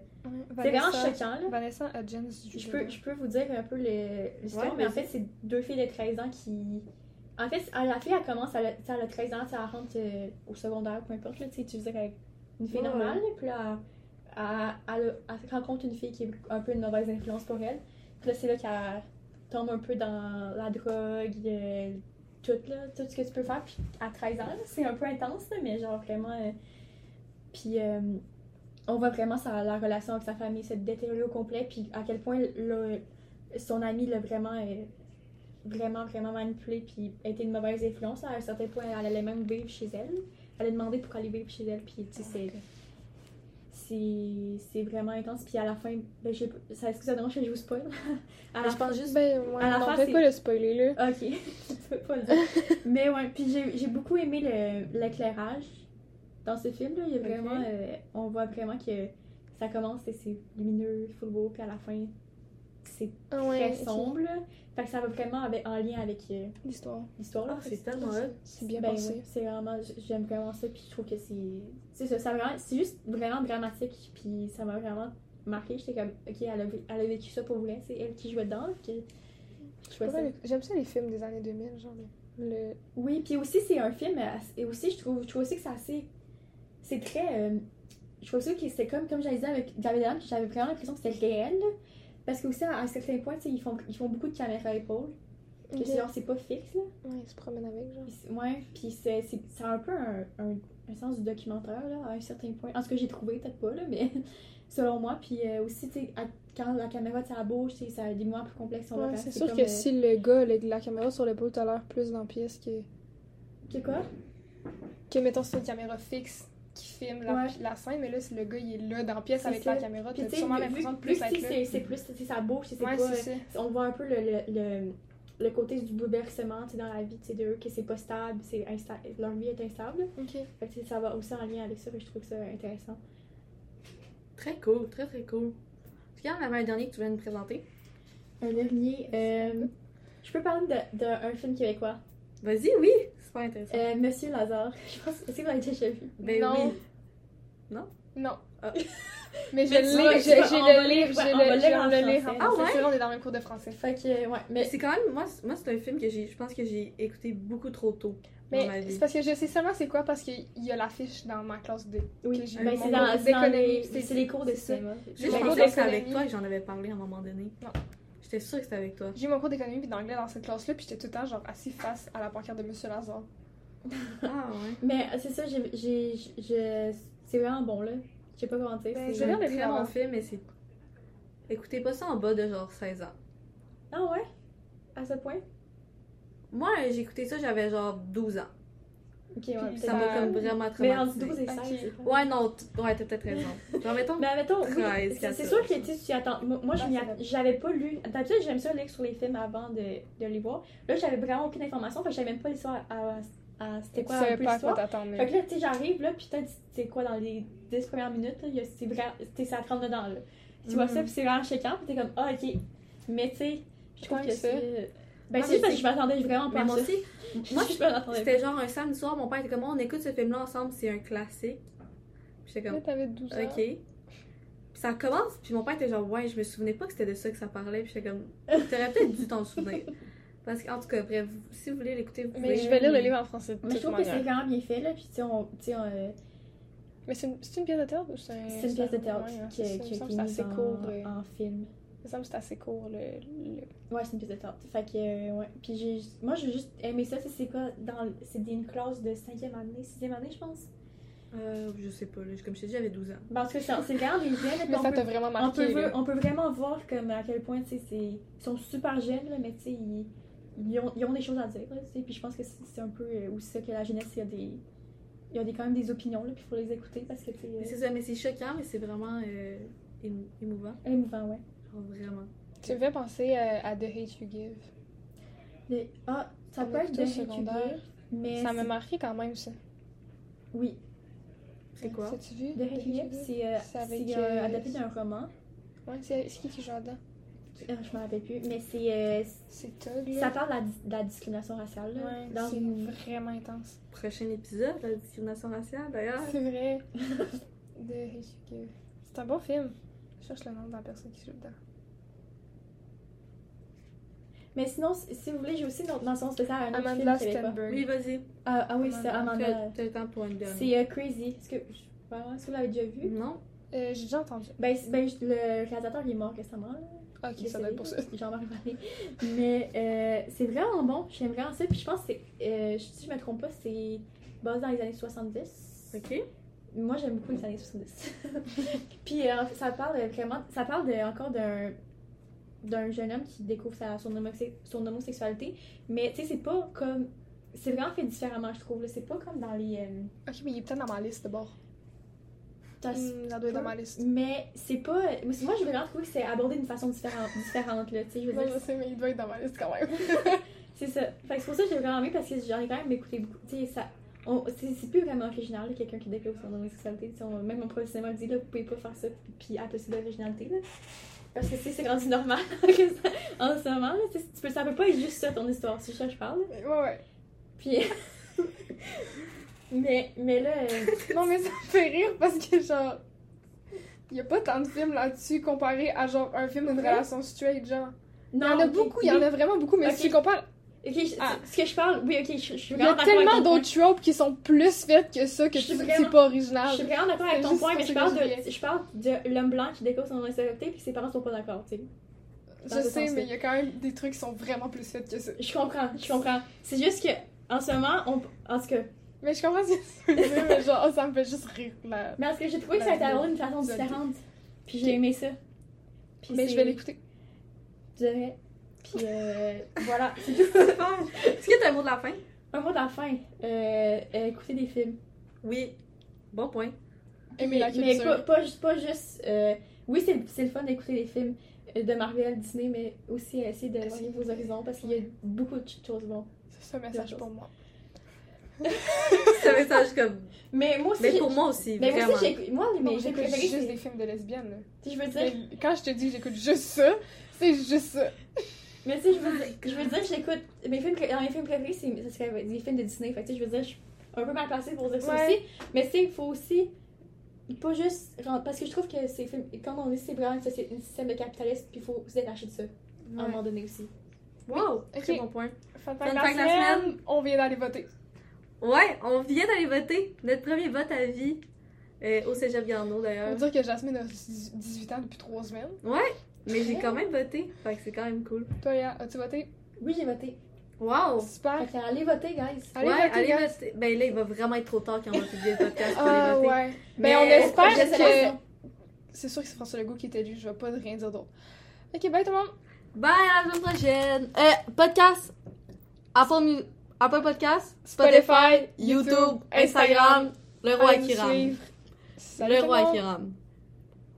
c'est vraiment choquant. là. Vanessa Hudgens joue Je peux, dedans. je peux vous dire un peu le- l'histoire, Ouais, mais en vas-y. fait, c'est deux filles de 13 ans qui. En fait, à la fille, elle commence, elle a, tu sais, elle a 13 ans, tu sais, elle rentre euh, au secondaire, peu importe, là, tu sais, tu veux dire, elle- une fille Ouais, normale, puis là, elle, elle- elle- elle rencontre une fille qui est un peu une mauvaise influence pour elle. Puis là, c'est là qu'elle tombe un peu dans la drogue, euh, tout, là, tout ce que tu peux faire. Puis à 13 ans, là, c'est un peu intense, là, mais genre vraiment. euh, puis euh, on voit vraiment sa, la relation avec sa famille se détériorer au complet, puis à quel point le- son ami l'a vraiment, euh, vraiment, vraiment manipulé, puis a été une mauvaise influence. À un certain point, elle allait même vivre chez elle. Elle a demandé pour aller vivre chez elle, puis tu sais, c'est. c'est- C'est vraiment intense. Puis à la fin, ben, je sais pas- ça est-ce que ça dérange que je vous spoil? à la Je pense juste. Ben, ouais, À la non, fin, peut c'est- pas le spoiler, là. Ok, je peux pas le dire. Mais ouais, puis j'ai j'ai beaucoup aimé le- l'éclairage dans ce film. Là. Il y a Ok. vraiment, euh, on voit vraiment que ça commence et c'est lumineux, full beau, puis à la fin, c'est Ah très ouais, sombre. là. Fait que ça va vraiment avec- en lien avec euh, ok. L'histoire. l'histoire. là. Ah, Fait c'est que tellement hot. C'est bien ben pensé. ouais, c'est vraiment, j'aime vraiment ça, puis je trouve que c'est. C'est ça, ça vraiment- c'est juste vraiment dramatique, puis ça m'a vraiment marqué. J'étais comme, ok, elle a, vé- elle a vécu ça pour vrai, c'est elle qui jouait dedans. que- je trouvais Pas ça mal- J'aime ça les films des années 2000, genre le- le... Oui, puis aussi c'est un film euh, et aussi je trouve je trouve aussi que c'est assez c'est très euh, je trouve aussi que c'est comme comme j'avais dit avec David Allen, que j'avais vraiment l'impression que c'était réel là. parce que aussi à un certain point, tu sais, ils font ils font beaucoup de caméras à épaule, que c'est genre c'est pas fixe là. Ouais, ils se promènent avec, genre. Puis c'est- Ouais, puis c'est c'est ça a un peu un, un, un sens du documentaire là à un certain point. En ce que j'ai trouvé peut-être pas là, mais selon moi, puis euh, aussi tu sais à- quand la caméra de sa bouche, tu sais, ça a des moments plus complexes, on va Ouais, faire- c'est sûr comme, que euh, si le gars, le- la caméra sur l'épaule, t'as l'air plus dans la pièce que... que quoi Que, mettons, c'est une caméra fixe qui filme la, Ouais. la scène, mais là, c'est le gars, il est là, dans la pièce, C'est avec ça. la caméra, Puis t'as tu sais, sûrement vu- l'impression de vu- vu plus que si être là. c'est c'est plus c'est sa bouche, c'est Ouais, pas euh, c'est ça. on voit un peu le, le, le- le côté du bouleversement tu sais, dans la vie de d'eux, que c'est pas stable, c'est insta- leur vie est instable. Ok. Fait que, tu sais, ça va aussi en lien avec ça, que je trouve ça intéressant. Très cool, très très cool. Est-ce qu'il y en avait un dernier que tu voulais nous présenter? Un dernier, euh, je peux parler de- d'un film québécois, Vas-y, oui! C'est pas intéressant. Euh, Monsieur Lazare. Je pense que c'est vous l'avez déjà vu. ben non. oui. Non. Ah. Mais je Mais tu vas- l'ai, tu j'ai vas- j'ai on va le lire- livre, ouais, j'ai on va le lire j'ai en le livre. français. en Ah français. ouais? C'est vrai, on est dans le même cours de français. Fait que, ouais, mais C'est quand même, moi, c'est- moi c'est un film que j'ai, je pense que j'ai écouté beaucoup trop tôt dans ma Mais c'est vie. parce que je sais seulement c'est quoi, parce qu'il y a l'affiche dans ma classe D. oui, que j'ai ben, eu c'est mon dans, cours c'est dans les, d'économie, c'est, c'est- les cours de c'est ça. cinéma. Je Mon pensais cours que c'était avec d'économie. toi et j'en avais parlé à un moment donné. Non. J'étais sûre que c'était avec toi. J'ai eu mon cours d'économie puis d'anglais dans cette classe-là, puis j'étais tout le temps genre assis face à la pancarte de Monsieur Lazare. Ah ouais. Mais euh, c'est ça, j'ai, j'ai, je- c'est vraiment bon là. Je sais pas comment dire. Ben, c'est- je vais lire un le très livre bon avant. film, mais c'est. Écoutez pas ça en bas de genre 16 ans. Ah ouais? À ce point? Moi, j'ai écouté ça, j'avais genre 12 ans. Ok, ouais, Puis Ça peut-être m'a Ben, comme vraiment Mais entre traumatisée. 12 et Ok. 16. c'est pas- Ouais, non, t- ouais, t'as peut-être raison. Genre, mettons, Mais admettons, oui, 13, c'est- c'est 14. sûr que tu sais, tu attends. Moi, moi, je Ben, m'y c'est att- bon. j'avais pas lu. D'habitude, j'aime ça lire sur les films avant de, de les voir. Là, j'avais vraiment aucune information. Fait que j'avais même pas l'histoire à. à- C'était Tu quoi un savais peu pas à quoi l'histoire? t'attendre. mais- Fait que là, tu sais, j'arrive, là, puis t'as dit, c'est quoi, dans les 10 premières minutes, là, il y a- c'est vraiment. Tu sais, ça te rentre dedans, là. Tu vois Mhm. ça, puis c'est vraiment choquant, puis t'es comme, ah, ok. Mais tu sais, je trouve Tant que que ça. c'est. Ben, Non, c'est mais juste parce c'est- que je m'attendais vraiment mais pas à ça. moi aussi, moi, je m'attendais pas. c'était genre un samedi soir, mon père était comme, on écoute ce film-là ensemble, c'est un classique. Puis j'étais Là, comme, t'avais 12 ans. ok. Puis ça commence, puis mon père était genre, ouais, je me souvenais pas que c'était de ça que ça parlait, puis j'étais comme, t'aurais peut-être dû t'en souvenir. Parce qu'en tout cas, bref, vous- si vous voulez l'écouter, vous Mais pouvez. je vais lire le livre en français de Mais je toute trouve que c'est manière. vraiment bien fait, là. Puis, tu sais, on. tu sais, on, euh, Mais c'est une, c'est une pièce de théâtre ou c'est C'est une pièce de théâtre ouais, hein, qui, c'est ça, qui il a me semble été que c'est mise assez court. en, euh, en film. Il me semble que c'est assez court. Le, le- Ouais, c'est une pièce de théâtre. Fait que, euh, ouais. Puis j'ai, moi, j'ai juste aimé ça. C'est- C'est quoi dans le- C'est des- une classe de 5e année, 6e année, je pense. Euh, je sais pas, là, comme je t'ai dit, j'avais 12 ans. Parce que c'est c'est vraiment des jeunes. puis Mais on ça peut- t'a vraiment on peut, marqué. là. ver- on peut vraiment voir comme à quel point tu sais, c'est- ils sont super jeunes, là, mais tu sais, ils, ils ont, ils ont des choses à dire. là, tu sais. puis je pense que c'est c'est un peu euh, aussi ça que la jeunesse, il y a des, il y a des, quand même des opinions, là, puis il faut les écouter parce que tu sais, Mais euh, c'est ça, mais c'est choquant, mais c'est vraiment euh, émo- émouvant. émouvant, ouais. Genre vraiment. Tu me fais penser euh, à The Hate You Give. Mais- ah, ça On peut être écoute de au Hate You secondaire. Give, mais Ça m'a c'est- marqué quand même, ça. Oui, C'est quoi? As-tu vu? de Hate You Give, c'est euh, C'est avec, c'est, euh, euh, adapté d'un roman. Ouais, c'est c'est qui qui joue dedans? Euh, je me rappelle plus, mais c'est euh, C'est Tug, ça là. parle de la, dis- de la discrimination raciale. là, Ouais, dans c'est une- vraiment intense. Prochain épisode, la discrimination raciale d'ailleurs. C'est vrai. The Hate You Give. C'est un bon film. Je cherche le nom de la personne qui joue dedans. Mais sinon, si si vous voulez, j'ai aussi une autre mention spéciale à un autre Amanda film québécois. Stenberg. Oui, vas-y. Ah, ah oui, c'est Tu Amanda. as le temps pour une dernière. C'est euh, Crazy. Est-ce que, je- vraiment, est-ce que vous l'avez déjà vu? Non? Euh, J'ai déjà entendu. Ben, c'est- ben, je- le réalisateur, il est mort récemment. là. Ok, ça doit être pour ça. Décédé. Jean-Marc Vallée. Mais euh, c'est vraiment bon. J'aime vraiment ça. Puis je pense que c'est, euh, si je me trompe pas, c'est basé dans les années 70. Ok. Moi, j'aime beaucoup les années 70. Puis euh, en fait, ça parle vraiment, ça parle de- encore d'un d'un jeune homme qui découvre sa, son, homosex- son homosexualité. Mais tu sais, c'est pas comme. C'est vraiment fait différemment, je trouve. là. C'est pas comme dans les. euh, Ok, mais il est peut-être dans ma liste d'abord. dans- Hmm, ça doit être dans ma liste. Mais c'est pas. Moi, c'est- moi, je veux vraiment trouver que c'est abordé d'une façon différente, différente là, tu sais, je veux Non, je dire. sais, mais il doit être dans ma liste quand même. C'est ça. Fait que c'est pour ça que j'ai vraiment aimé parce que j'en ai quand même écouté beaucoup. Tu sais, ça. on- C'est c'est plus vraiment original, là, quelqu'un qui découvre son homosexualité. Tu sais, on- même mon prof de cinéma dit, là, vous pouvez pas faire ça, puis- puis appeler ça de l'originalité, là. Parce que, tu sais, c'est rendu normal que ça- en ce moment, là. Tu sais, tu peux, ça peut pas être juste ça, ton histoire, c'est ça que je parle. ouais, ouais. Puis. mais, mais là. euh, Non, mais ça me fait rire parce que, genre, il y a pas tant de films là-dessus comparé à, genre, un film d'une Ouais. relation straight, genre. Non, il y en a ok, beaucoup, il y en a vraiment beaucoup, mais Ok. si tu compares. oui. Ok, je- Ah. ce que je parle, oui, ok, je, je suis Il y a vraiment d'accord avec tellement ton point. d'autres tropes qui sont plus faites que ça que Je suis tu- vraiment- c'est pas Je original. suis vraiment d'accord avec C'est ton juste point, pour mais ça je que parle, je de, riais. je parle de l'homme blanc qui découvre son homosexualité puis ses parents sont pas d'accord, tu sais. dans Je ce sais, sens-là. mais il y a quand même des trucs qui sont vraiment plus faits que ça. Je comprends, je comprends. C'est juste que, en ce moment, on... En tout cas... Mais je comprends ce que tu veux dire, mais genre, ça me fait juste rire. Là. Mais en tout cas, j'ai trouvé que ça a été abordé d'une façon différente. Puis j'ai aimé ça. Puis Mais c'est- Ben, je vais l'écouter. Je dirais. Puis euh, voilà, c'est tout. Super. Est-ce que t'as un mot de la fin? Un mot de la fin. Euh, euh, écouter des films. Oui. Bon point. Aimer la mais pas, culture. pas juste... Pas juste euh, oui, c'est c'est le fun d'écouter des films euh, de Marvel, Disney, mais aussi essayer d'éloigner vos horizons parce qu'il y a beaucoup de choses bonnes. C'est un message pour moi. C'est un message comme. Mais moi aussi... Mais j'ai- pour moi aussi, Mais moi vraiment. aussi, j'écoute. Moi, Mais mes films j'écoute préférés, juste c'est- des films de lesbiennes. là. Tu sais, je veux dire, Mais quand je te dis que j'écoute juste ça, c'est juste ça. mais tu sais, je veux dire, je veux dire, j'écoute. Mes films, pré- dans mes films préférés, c'est, ce serait des films de Disney. Fait que tu sais, je veux dire, je suis un peu mal placée pour dire ça Ouais. aussi. Mais tu sais, il faut aussi. Pas juste. rendre- Parce que je trouve que ces films. Comme on dit, c'est vraiment une société- un système de capitalisme, puis il faut se détacher de ça. À un moment donné aussi. Wow! Ok. Très bon point. Fun fact fact de la de la semaine, semaine. on vient d'aller voter. Ouais, on vient d'aller voter. Notre premier vote à vie. euh, au Cégep Garneau On d'ailleurs. dire que Jasmine a 18 ans depuis 3 semaines. Mais j'ai quand même voté. Fait que c'est quand même cool. Toi, Léa, as-tu voté? Oui, j'ai voté. Wow! Super. Fait que allez voter, guys. Allez ouais, voter, Oh. allez guys. voter. Ben là, il va vraiment être trop tard quand on va publier le podcast pour aller Ah voter. ouais. Mais, Mais euh, on espère je sais que... C'est sûr que c'est François Legault qui est élu, je vais pas rien dire d'autre. Ok, bye tout le monde. Bye, à la semaine prochaine. Euh, podcast. Apple, Mu- Apple Podcast, Spotify, Spotify, YouTube, Instagram. Le roi Allez nous qui rame. suivre. Salut Le tout roi monde. qui rame.